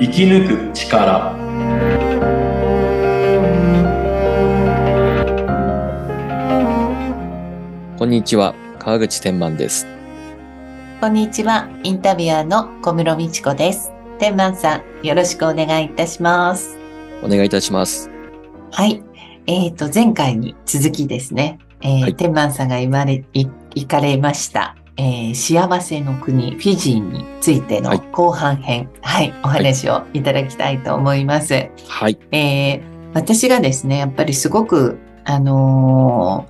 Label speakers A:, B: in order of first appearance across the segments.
A: 生き抜く力
B: こんにちは、川口天満です。
C: こんにちは。インタビュアーの小室美智子です。天満さん、よろしくお願いいたします。
B: お願いいたします。
C: はい。えっ、と、前回に続きですね。えー
B: はい
C: 天満さんが今れい行かれました、えー幸せの国、フィジーについて
B: は
C: の
B: い
C: 後半編、はい、お話をいただきたいと思います。
B: はい。
C: えー私がですね、やっぱりすごく、あの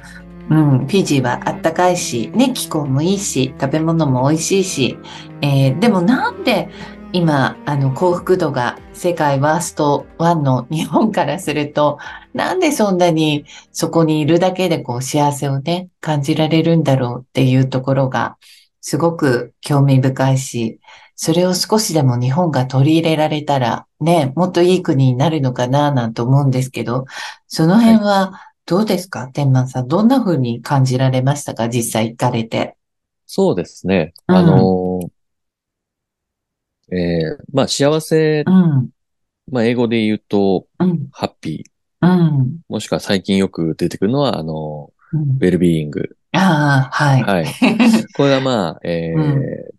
C: ーうん、フィジーはあったかいし、ね、気候もいいし、食べ物も美味しいし、えーでもなんで今、あの、幸福度が世界ワースト1の日本からすると、なんでそんなにそこにいるだけでこう幸せをね、感じられるんだろうっていうところが、すごく興味深いし、それを少しでも日本が取り入れられたら、ね、もっといい国になるのかな、なんて思うんですけど、その辺はどうですか、天満さん。どんな風に感じられましたか実際行かれて。
B: そうですね。
C: うん
B: あのーえーまあ、幸せ
C: う、ん、
B: まあ、英語で言うと、
C: うん、
B: ハッピー、
C: うん。
B: もしくは最近よく出てくるのは、あの
C: う
B: ー、
C: ん
B: ウェルビーイング。
C: ああ、はい。
B: はい。これはまあ、えー
C: うん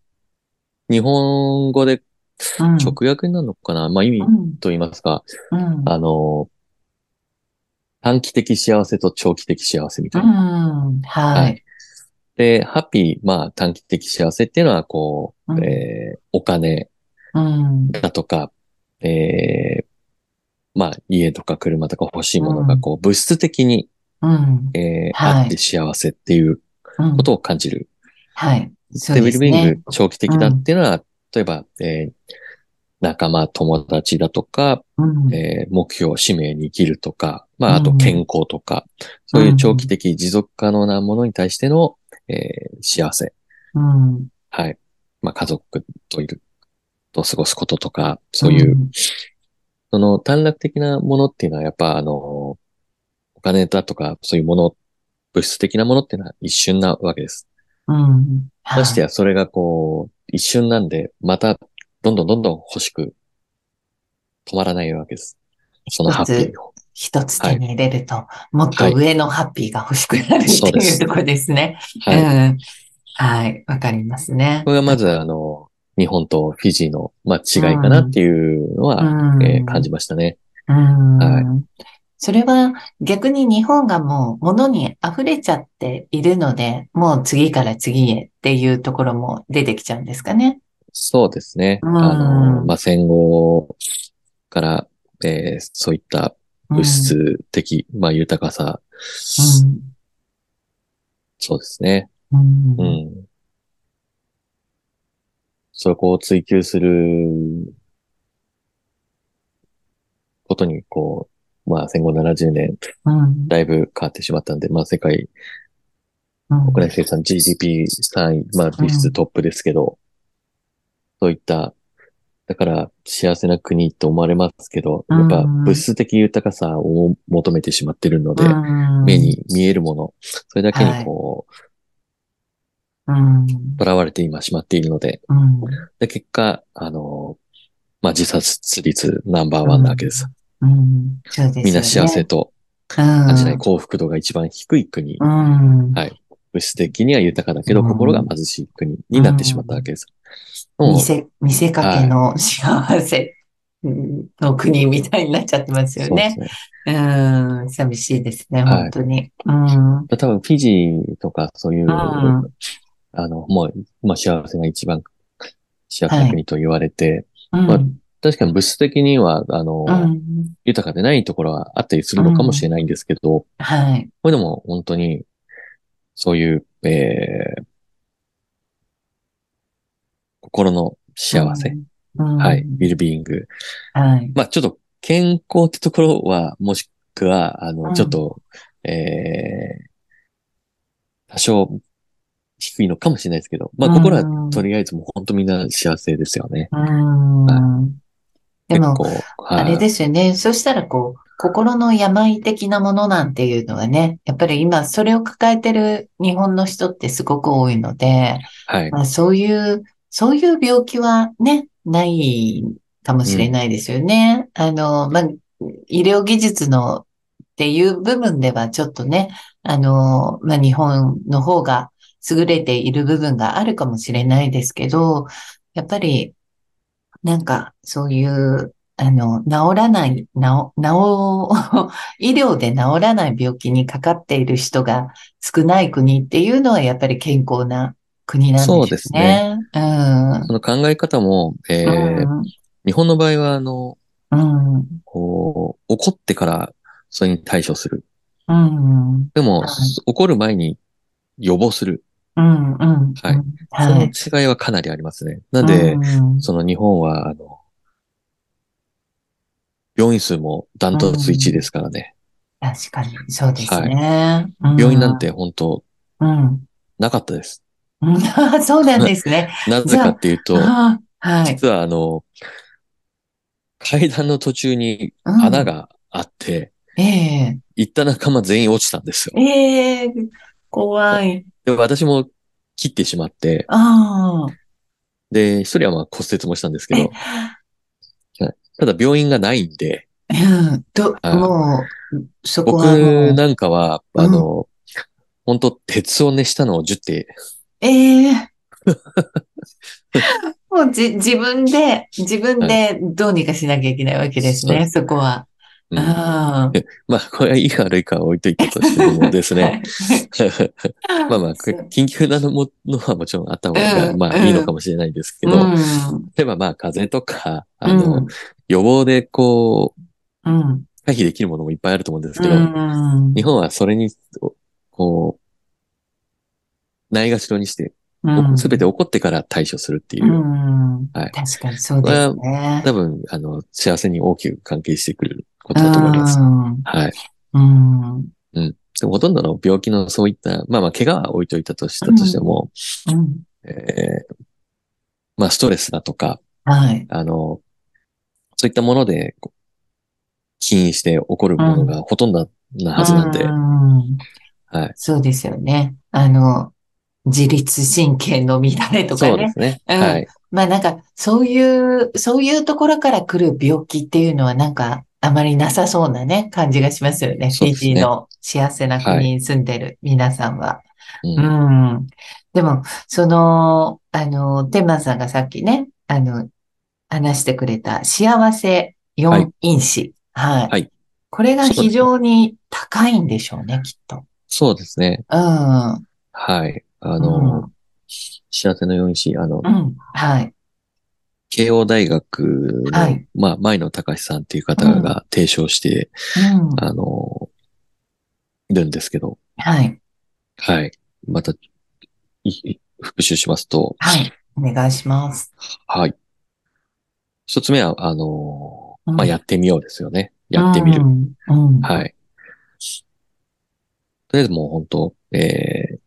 B: 日本語で
C: うん
B: 直訳になるのかな、まあ、意味
C: うん、
B: と言いますか、
C: うん、
B: あのー短期的幸せと長期的幸せみ
C: う
B: たいな。
C: ん、は
B: はい
C: い。
B: で、ハッピー、まあ短期的幸せっていうのは、こう、
C: うん
B: えーお金
C: うん、
B: だとか、えーまあ家とか車とか欲しいものが、
C: うん
B: こう、物質的に、
C: うん、
B: えー
C: は
B: あ
C: い
B: って幸せっていう
C: うん
B: ことを感じる。
C: はい。そ
B: で、
C: う
B: ウ
C: で
B: ェル
C: す
B: ビーイン
C: ね
B: グ。長期的だっていうのは、例えば、えー仲間、友達だとか、
C: うん、
B: えー目標、使命に生きるとか、まあ、あ
C: う
B: と
C: ん
B: 健康とか、そういう長期的持続可能なものに対しての、えー幸せ
C: うん、
B: はい。まあ、家族といる、と過ごすこととか、そういう、
C: ん
B: その短絡的なものっていうのは、やっぱ、あの、お金だとか、そういうもの、物質的なものっていうのは一瞬なわけです。
C: うん。
B: まして
C: はい
B: や、それがこう、一瞬なんで、また、どんどんどんどん欲しく、止まらないわけです。そのハッピーを。
C: 一つ手に入れると、もっと上のハッピーが欲しくなるって
B: そうで
C: いう
B: す
C: ところですね。
B: はい。
C: うん。はい。わかりますね
B: こ。れがまず、あの、日本とフィジーの、まあ、違いかなっていうのは、
C: うん
B: えー感じましたね。
C: うん
B: は
C: それは逆に日本がもう物に溢れちゃっているので、もう次から次へっていうところも出てきちゃうんですかね。
B: そうですね。
C: うん
B: あの、まあ、戦後から、えーそういった
C: うん
B: 物質的、まあ、豊かさ、そうですね。
C: うん
B: う
C: うん
B: ん。そこを追求することに、こう、まあ、戦後70年、
C: うん
B: だいぶ変わってしまったんで、まあ、世界
C: うん
B: 国内生産 GDP3 位、まあ、実質トップですけど、そういった、だから幸せな国と思われますけど、やっぱ
C: うん
B: 物質的豊かさを求めてしまってるので、
C: うん
B: 目に見えるもの、それだけにこう、
C: うん
B: 囚われて今しまっているので、
C: うん
B: で結果、あの、まあ、自殺率ナンバーワンなわけです。
C: うんそうですよね
B: みんな幸せと
C: 感
B: 感じない幸福度が一番低い国、
C: うん。
B: はい物質的には豊かだけど
C: うん
B: 心が貧しい国になってしまったわけです。もう
C: 見せ、見せかけの幸せの国みたいになっちゃってますよ
B: そうです
C: ね。
B: ね。
C: うん、寂しいですね、
B: はい
C: 本当に。うん、
B: 多分フィジーとかそういう、
C: ん
B: あの、もう、まあ幸せが一番幸せな国と言われて、
C: うん、
B: まあ確かに物質的には、あの、
C: うん、
B: 豊かでないところはあったりするのかもしれないんですけど、
C: はい。
B: これでも本当に、そういう、えー、心の幸せ、
C: うん。
B: は
C: う
B: い、ウ
C: ん
B: ィルビーイング。
C: はい。
B: まあちょっと健康ってところは、もしくは、あ
C: う
B: の、
C: ん
B: ちょっと、えー、多少低いのかもしれないですけど、まあ心は
C: は
B: とりあえずもう本当みんな幸せですよね。
C: うん。でも、
B: 結構、はい
C: あれですよね。そしたら、こう、心の病的なものなんていうのはね、やっぱり今、それを抱えてる日本の人ってすごく多いので、
B: はい。
C: まあ、そういう、そういう病気はね、ないかもしれないですよね。あの、まあ、医療技術のっていう部分ではちょっとね、あの、まあ、日本の方が優れている部分があるかもしれないですけど、やっぱり、なんか、そういう、あの、治 らない、治、治、医療で治らない病気にかかっている人が少ない国っていうのは、やっぱり健康な国なんですね。
B: そうですね。
C: うん。
B: その考え方も、えー日本の場合は、あの、
C: うん。うん。
B: こう、怒ってからそれに対処する。
C: うん。
B: でも、
C: はい
B: 怒る前に予防する。
C: うんうん。
B: はい
C: うん。
B: そ
C: は
B: の
C: い。
B: 違いはかなりありますね。なんで、
C: うん
B: その日本は、あの、病院数もダントツ1位ですからね。
C: 確かに、そうですね。う
B: 病院なん。て本当
C: うん。
B: なかったです。
C: うん そうなんで すね。
B: なぜかっていうと、
C: あーはい。
B: 実はあの、階段の途中に
C: うん
B: 穴。があって、
C: ええ。
B: 行った仲間全員落ちたんですよ。
C: ええ、怖い。
B: で、私も切ってしまって、
C: ああ。
B: で、一人はまあ骨折もしたんですけど、ただ病院がないんで、
C: うん。と、
B: はい
C: もう、そこ
B: 僕
C: はもう。
B: なんかは、あの、本当鉄を熱したのを10って、
C: ええ もうじ、自分で、自分でどうにかしなきゃいけないわけです
B: は
C: ね、
B: い
C: そこは。
B: う
C: うんん。は
B: まあ、これはいいか悪いかは置いといたとしてもですね。
C: い
B: まあまあ、これ緊急なのものはもちろんあった方が、
C: うん
B: まあいいのかもしれないですけ
C: う
B: ど、
C: ん。
B: 例えばまあ風邪とか、あの、
C: うん。
B: 予防でこう、
C: うん。
B: 回避できるものもいっぱいあると思うんですけど、
C: うん
B: 日本はそれに、こう、ないがしろにして、
C: うん
B: すべて起こってから対処するっていうう、
C: ん。
B: はい
C: 確かにそうですね。
B: 多分、あの、幸せに大きく関係してくることだと思います。はい。
C: うん。うん。
B: でもほとんどの病気のそういった、まあまあ、怪我は置いといたとしたとしても、
C: うん
B: えーまあ、ストレスだとか、
C: はい。
B: あの、そういったもので、こう起因して起こるものがほとんどなはずなんで、
C: うん
B: はい。
C: そうですよね。あの、自律神経の乱れとか
B: そうで
C: ね。
B: すね。
C: うん
B: はい。
C: まあなんか、そういう、そういうところから来る病気っていうのはなんか、あまりなさそうなね、感じがしますよね。フ
B: そう
C: ィ
B: です
C: ジ
B: ね
C: ーの幸せな国に住んでる皆さんは。
B: うん
C: うん。でも、その、あの、テンマンさんがさっきね、あの、話してくれた幸せ
B: は
C: 4
B: い
C: 因子。はい。
B: はい
C: これが
B: そうですね
C: 非常に高いんでしょうね、きっと。
B: そうですね。
C: うん。うん。
B: はい。あの、幸せの4しあの、
C: はい。
B: 慶応大学の、
C: はい
B: まあ、前野隆さんっていう方が提唱して、
C: うん。
B: あの、いるんですけど、
C: はい。
B: はい。また、いい復習しますと、
C: はい。お願いします。
B: はい。一つ目は、あの、
C: うん
B: まあ、やってみようですよね。やってみる
C: う。ん。うん。
B: はい。とりあえずもう本当、えー、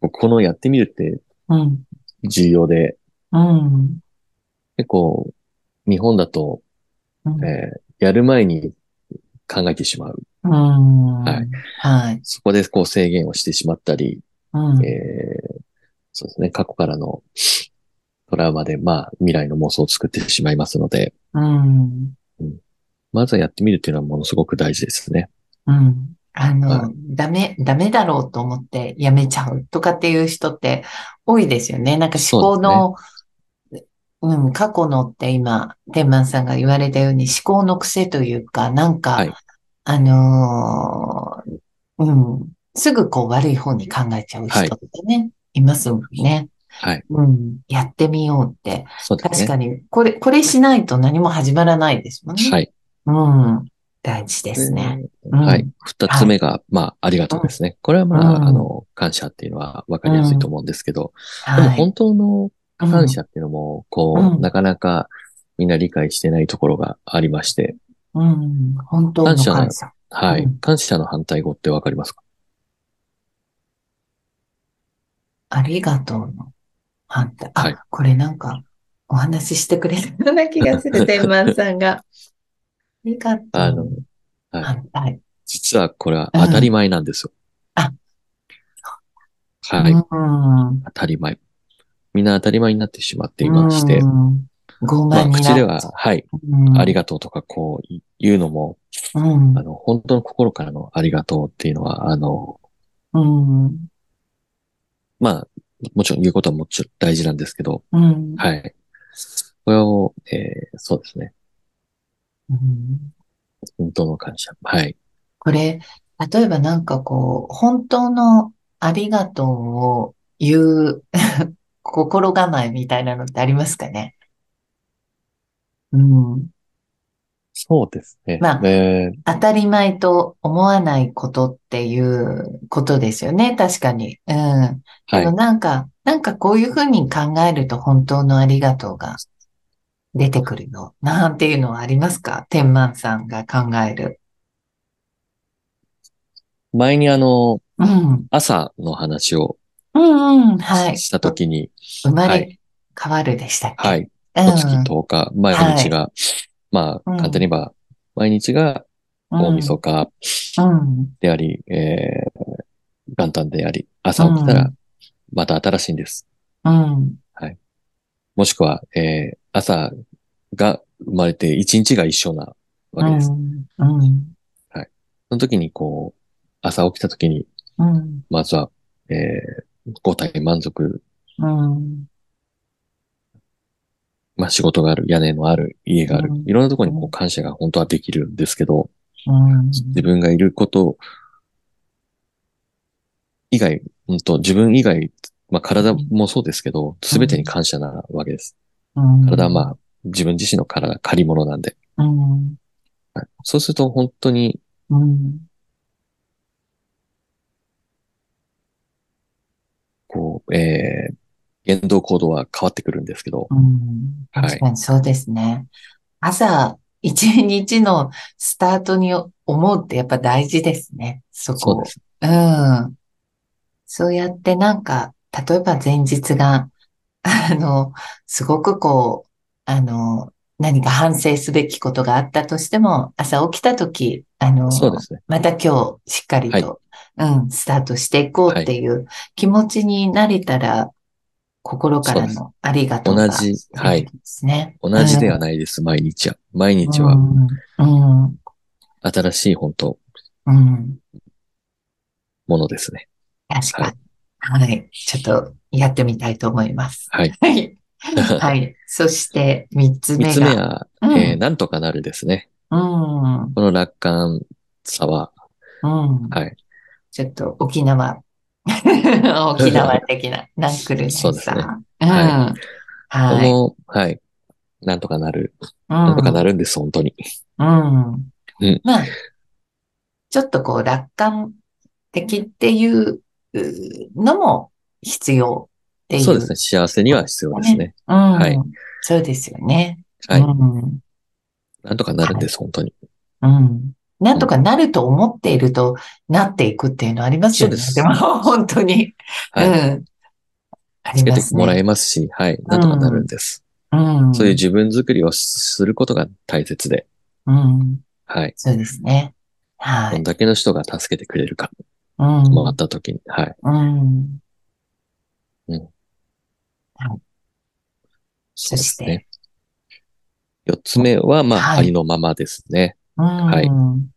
B: 僕このやってみるって
C: うん。
B: 重要で、
C: うん。
B: 結構、日本だと、
C: うん
B: えーやる前に考えてしまう。
C: うん。
B: はい。
C: はい。
B: そこでこう制限をしてしまったり、
C: うん。
B: えーそうですね、過去からのトラウマで、まあ、未来の妄想を作ってしまいますので、
C: うん。
B: まずはやってみるっていうのはものすごく大事ですね。
C: うん。あの、
B: は
C: ダメ、ダメだろうと思ってやめちゃうとかっていう人って多いですよね。なんか思考の、うん、過去のって今、天満さんが言われたように思考の癖というか、なんか、
B: はい
C: あのーうん、すぐこう悪い方に考えちゃう人ってね、い、ますもんね。
B: はい。
C: うん、やってみようって。
B: そうです
C: 確
B: ね。
C: かに、これ、これしないと何も始まらないですもんね。
B: はい。
C: うん、大事ですね。うん
B: はい。二つ目が、まあ、ありがとうですね。これはま
C: うん
B: あ、あの、感謝っていうのは分かりやすいと思うんですけど、でも
C: はい。
B: 本当の
C: うん
B: 感謝っていうのも、こ
C: う
B: う、
C: ん
B: なかなかみんな理解してないところがありまして、
C: うん、本当の
B: 感謝
C: 感謝。
B: は
C: う
B: い
C: ん。
B: 感謝の反対語ってわかりますか
C: ありがとうの反対。あ、
B: はい
C: これなんかお話ししてくれたような気がする、天満さんが。ありがとう
B: あのはい
C: 反対。
B: 実はこれは当たり前なんですよ。
C: うんあ
B: はい。
C: うん
B: 当たり前。みんな当たり前になってしまっていまして
C: う、ん傲
B: ま
C: 慢
B: あ、
C: にな
B: 口で
C: る。
B: は、はい、
C: うん
B: ありがとうとかこう言うのも、
C: うん
B: あの、本当の心からのありがとうっていうのは、あの、
C: うん
B: まあ、もちろん言うことはもちろん大事なんですけど、
C: うん
B: はい。これを、えーそうですね。
C: うん
B: 本当の感謝。はい。
C: これ、例えばなんかこう、本当のありがとうを言う 心構えみたいなのってありますかねうん。
B: そうですね。
C: まあ
B: えー
C: 当たり前と思わないことっていうことですよね。確かに。うん。
B: は
C: でも
B: い。
C: なんか、なんかこういうふうに考えると本当のありがとうが出てくるの。なんていうのはありますか天満さんが考える。
B: 前にあの、
C: うん。
B: 朝の話を
C: うんうん。はい。
B: したときに、
C: 生ま
B: は
C: れ
B: い
C: 変わるでしたっけ
B: はい。
C: うん
B: お月10日、毎日が、まあ
C: うん、
B: 簡単に言えば、毎日が大晦日
C: うん。
B: であり、えー元旦であり、朝起きた
C: う
B: ら
C: ん、
B: また新しいんです。
C: うん。
B: もしくは、えー朝が生まれて一日が一緒な
C: う
B: わけ
C: ん。
B: です。
C: うん。
B: その時に、こう、朝起きた時に、
C: うん。
B: まずは、えー、五体満足、
C: うん。
B: まあ、仕事がある、屋根のある、家がある
C: うん、
B: いろんなところにこ
C: うん
B: う感謝が本当はできるんですけど、
C: うん。
B: 自分がいること以外、本当自分以外、まあ、体もそうですけど、すべてに感謝なわけです。体はまあ、自分自身の体、借り物なんで。
C: うん。
B: はいそうすると本当に
C: うん。
B: こう、えー、言動行動は変わってくるんですけど、
C: うん。
B: はい
C: 確かにそうですね。朝、一日のスタートに思うってやっぱ大事ですね。そこ。
B: そうです。
C: うん。そうやってなんか、例えば前日が、あの、すごくこう、あの、何か反省すべきことがあったとしても、朝起きた時あの、
B: そうですね。
C: また今日しっかりと、うん、スタートしていこうっていう気持ちになれたら、心から
B: そうです
C: のありがとうが
B: 同じ、はい。
C: ですね。
B: 同じではないです、毎日は。毎
C: うん
B: 日は、
C: うん、うん、
B: 新しい本当、
C: うん。
B: ものですね。
C: 確かに。はい。ちょっとやってみたいと思います。
B: はい。
C: はい。はい。そして三つ
B: 三
C: 目
B: つ目
C: が。
B: は、
C: うん
B: えーなんとかなるですね。
C: うん。うん。
B: この楽観さは、はい。
C: ちょっと 沖縄。沖縄的な、ナックルナイサ
B: そ
C: ー
B: うですね
C: うん。は。
B: はいこの、はい。なんとかなる。
C: な
B: なんとかなるんです、本当に。
C: うん。
B: うん
C: まあ、ちょっとこう楽観的っていううのも必要っていう。
B: そうですね。幸せには必要ですね。
C: うん。
B: はい
C: そうですよね。
B: はい
C: うん
B: なんとかなるんです、本当に。
C: うん。なんとかなると思っていると、なっていくっていうのありますよね。
B: そうです
C: も、本当に。
B: はい
C: うん。あ
B: つ
C: り
B: け
C: ま
B: て
C: すね。
B: もらえますし、はい。なんとかなるんです。
C: うん。
B: そういう自分作りをすすることが大切で、
C: うん。
B: はい。
C: そうですね。は
B: どん
C: い。
B: だけの人が助けてくれるか、
C: うん。
B: 回った時に、はい。
C: うん。
B: そうです
C: そし
B: ね。四つ目は、まあ、
C: はい
B: ありのままですね。
C: うん。
B: はい
C: うん。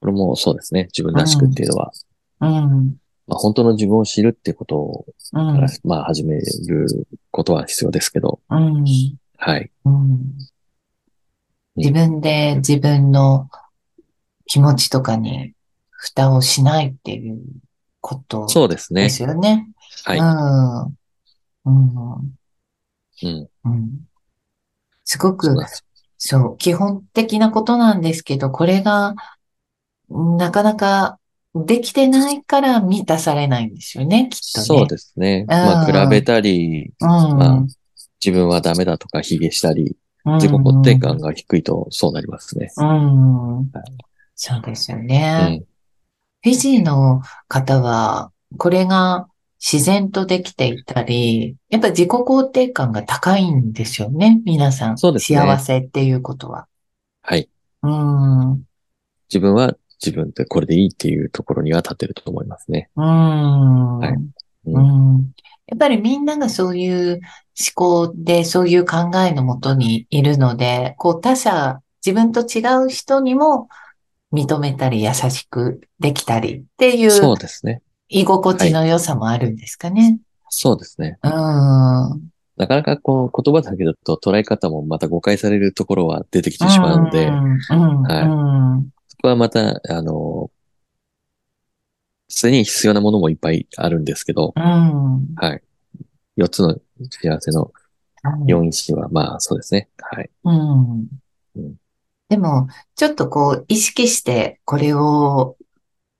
B: これもそうですね。自分らしくっていうのは、
C: うん。
B: まあ、本当の自分を知るっていうこと
C: う
B: から、
C: ん。
B: まあ、始めることは必要ですけど、
C: うん。
B: はい。
C: うん自分で自分の気持ちとかに蓋をしないっていうこと
B: そうですね
C: で。すよね。
B: はい。
C: うん。うん。
B: うん。
C: うんすご
B: そう
C: く
B: なん、です
C: そう、基本的なことなんですけど、これが、なかなかできてないから満たされないんですよね、きっとね。
B: そうですね。まあ、比べたり、
C: うん。
B: まあ、自分はダメだとか、卑下したり、
C: うん
B: 自己肯定感が低いと、そうなりますね。
C: うん。そうですよ
B: う
C: ね。
B: ん。
C: フィジーの方は、これが自然とできていたり、やっぱ自己肯定感が高いんですよね、皆さん。
B: そうですね
C: 幸せっていうことは。
B: はい。
C: うん。
B: 自分は自分ってこれでいいっていうところには立ってると思いますね。
C: うーん。
B: い
C: うん。やっっぱりみんながそういう思考で、そういう考えのもとにいるので、こう他者、自分と違う人にも認めたり優しくできたりってい
B: そううですね。
C: 居心地の良さもあるんですかね。
B: そうですね。
C: うん。
B: なかなかこう言葉だけだと捉え方もまた誤解されるところは出てきてしまうので、
C: うん。うん。
B: はい
C: うん
B: そこはまた、あの、すでに必要なものもいっぱいあるんですけど、
C: うん。
B: 4つの幸せの4因は、まあそうですね。はい。
C: うん
B: うん
C: でも、ちょっとこう、意識してこれを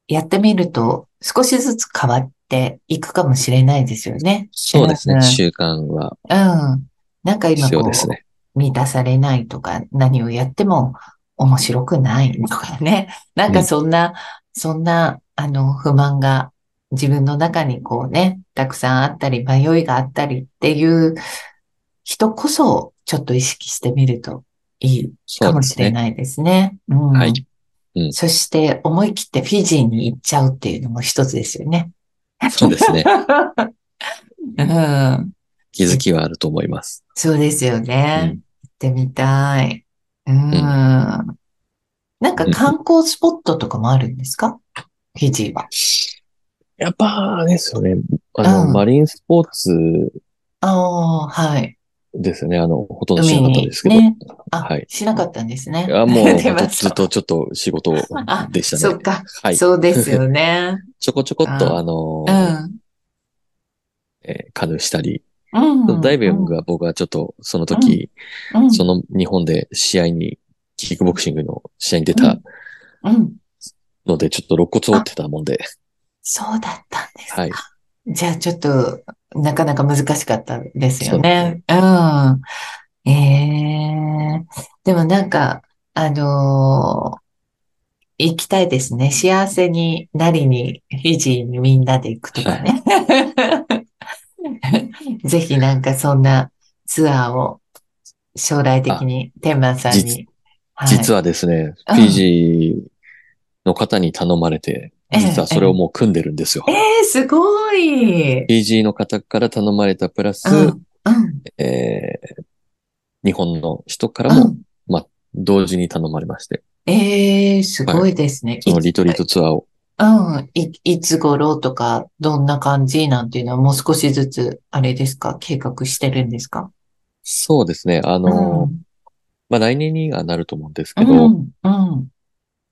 C: やってみると、少しずつ変わっていくかもしれないですよね。
B: そうですね。
C: うん
B: 習慣は
C: うん。なんか今
B: 必要
C: こ
B: です
C: う、
B: ね。
C: 満たされないとか、何をやっても面白くないとかね。なん
B: う
C: か
B: ん
C: そんな、そんな、あの、不満が自分の中にこうね、たくさんあったり、迷いがあったりっていう人こそ、ちょっと意識してみるといい
B: そ
C: か
B: う
C: も
B: で
C: し
B: す
C: れ
B: ね。
C: ないですね。うん
B: はいうん
C: そして、思い切ってフィジーに行っちゃうっていうのも一つですよね。
B: そうですね。
C: うん。
B: 気づきはあると思います。
C: そうですよね。
B: うん
C: 行ってみたい。うーん。
B: ん
C: なんか観光スポットとかもあるんですかフィジーは。
B: やっぱ、あれですよね。あの、
C: うん
B: マリンスポーツ
C: ああ、はい。
B: ですよね。あの、ほとんどし
C: 海
B: なかった
C: に
B: ですけど。
C: ね。あ、
B: はい
C: しなかったんですね。
B: あ も
C: 出ま
B: う、
C: し
B: ず
C: た
B: っとちょっと仕事でした
C: そっ
B: ね。
C: か。
B: はい。
C: そうです よね。
B: ちょこちょこっ
C: あ
B: と、あの
C: う、ん。
B: えーカヌーしたり、
C: うん。
B: ダイビングは僕はちょっとその時、
C: うん、うん
B: その日本で試合に、キックボクシングの試合に出た
C: うん。
B: ので、ちょっと肋骨折ってたもんで、
C: そうだったんですか。
B: はい。
C: じゃあちょっと、なかなか難しかったですよね。うん。ええでもなんか、あのー行きたいですね。幸せになりに、フィジーにみんなで行くとかね。 ぜひなんかそんなツアーを将来的に天満さんに。はい、
B: 実はですね、
C: うん
B: フィジーの方に頼まれて、
C: ええ
B: 実はそれをもう組んでるんですよ。
C: ええすごい。
B: フィジーの方から頼まれたプラス、
C: うん、うん、
B: えー日本の人から
C: う
B: も
C: ん。
B: 同時に頼まれまして、
C: ええすごいですね。
B: そのリトリートツアーを、
C: うん。い、いつ頃とか、どんな感じなんていうのはもう少しずつ、あれですか計画してるんですか
B: そうですね、あ
C: う
B: の、
C: ん。
B: まあ、来年にはなると思うんです
C: う
B: けど、
C: ん。うん。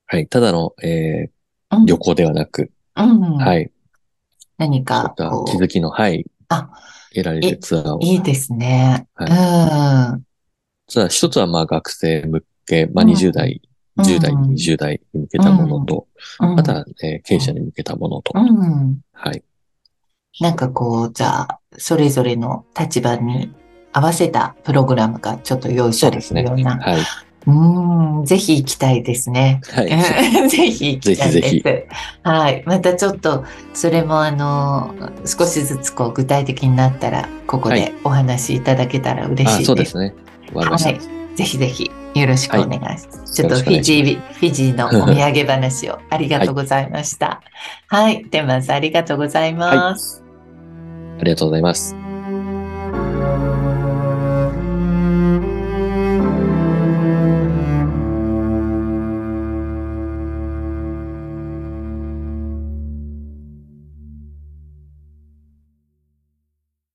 B: はい、ただの、え
C: う
B: ー
C: ん。
B: 旅行ではなく、
C: うん。
B: はい、そうい
C: 何か
B: っ、た
C: こ
B: 気
C: う
B: づ、きの、はい、
C: あ、
B: 得られ
C: え
B: るツアーを。
C: いいですね。
B: はい
C: うん。
B: ツアー、一つはまあ学生向け、まあ
C: うん
B: 20代、
C: うん
B: 10代、20代に向けたものと、
C: うん
B: また、えー経営者に向けたものと、
C: うん。
B: はい、
C: なんかこう、じゃあ、それぞれの立場に合わせたプログラムがちょっと用意
B: そ
C: さ
B: う
C: れ
B: で
C: て
B: す
C: る
B: ね。
C: ような。
B: はい、
C: うん。ぜひ行きたいですね。
B: はい、
C: えー ぜひ行きたい
B: ぜ
C: です。
B: ひ
C: はい。またちょっと、それもあの、少しずつこう具体的になったら、ここ
B: は
C: で
B: い
C: お話しいただけたら嬉し
B: あ、
C: い
B: そう
C: で。
B: ですすね。わかりました。
C: はい。ぜひぜひよろしくお願いします。ちょっ
B: よ
C: と
B: ろし
C: フ
B: くお願
C: ィ
B: い
C: ジ
B: し
C: ー、フィジ ーのお土産話をありがとうございました。はい。天満さんありがとうございます。
B: ありがとうございます。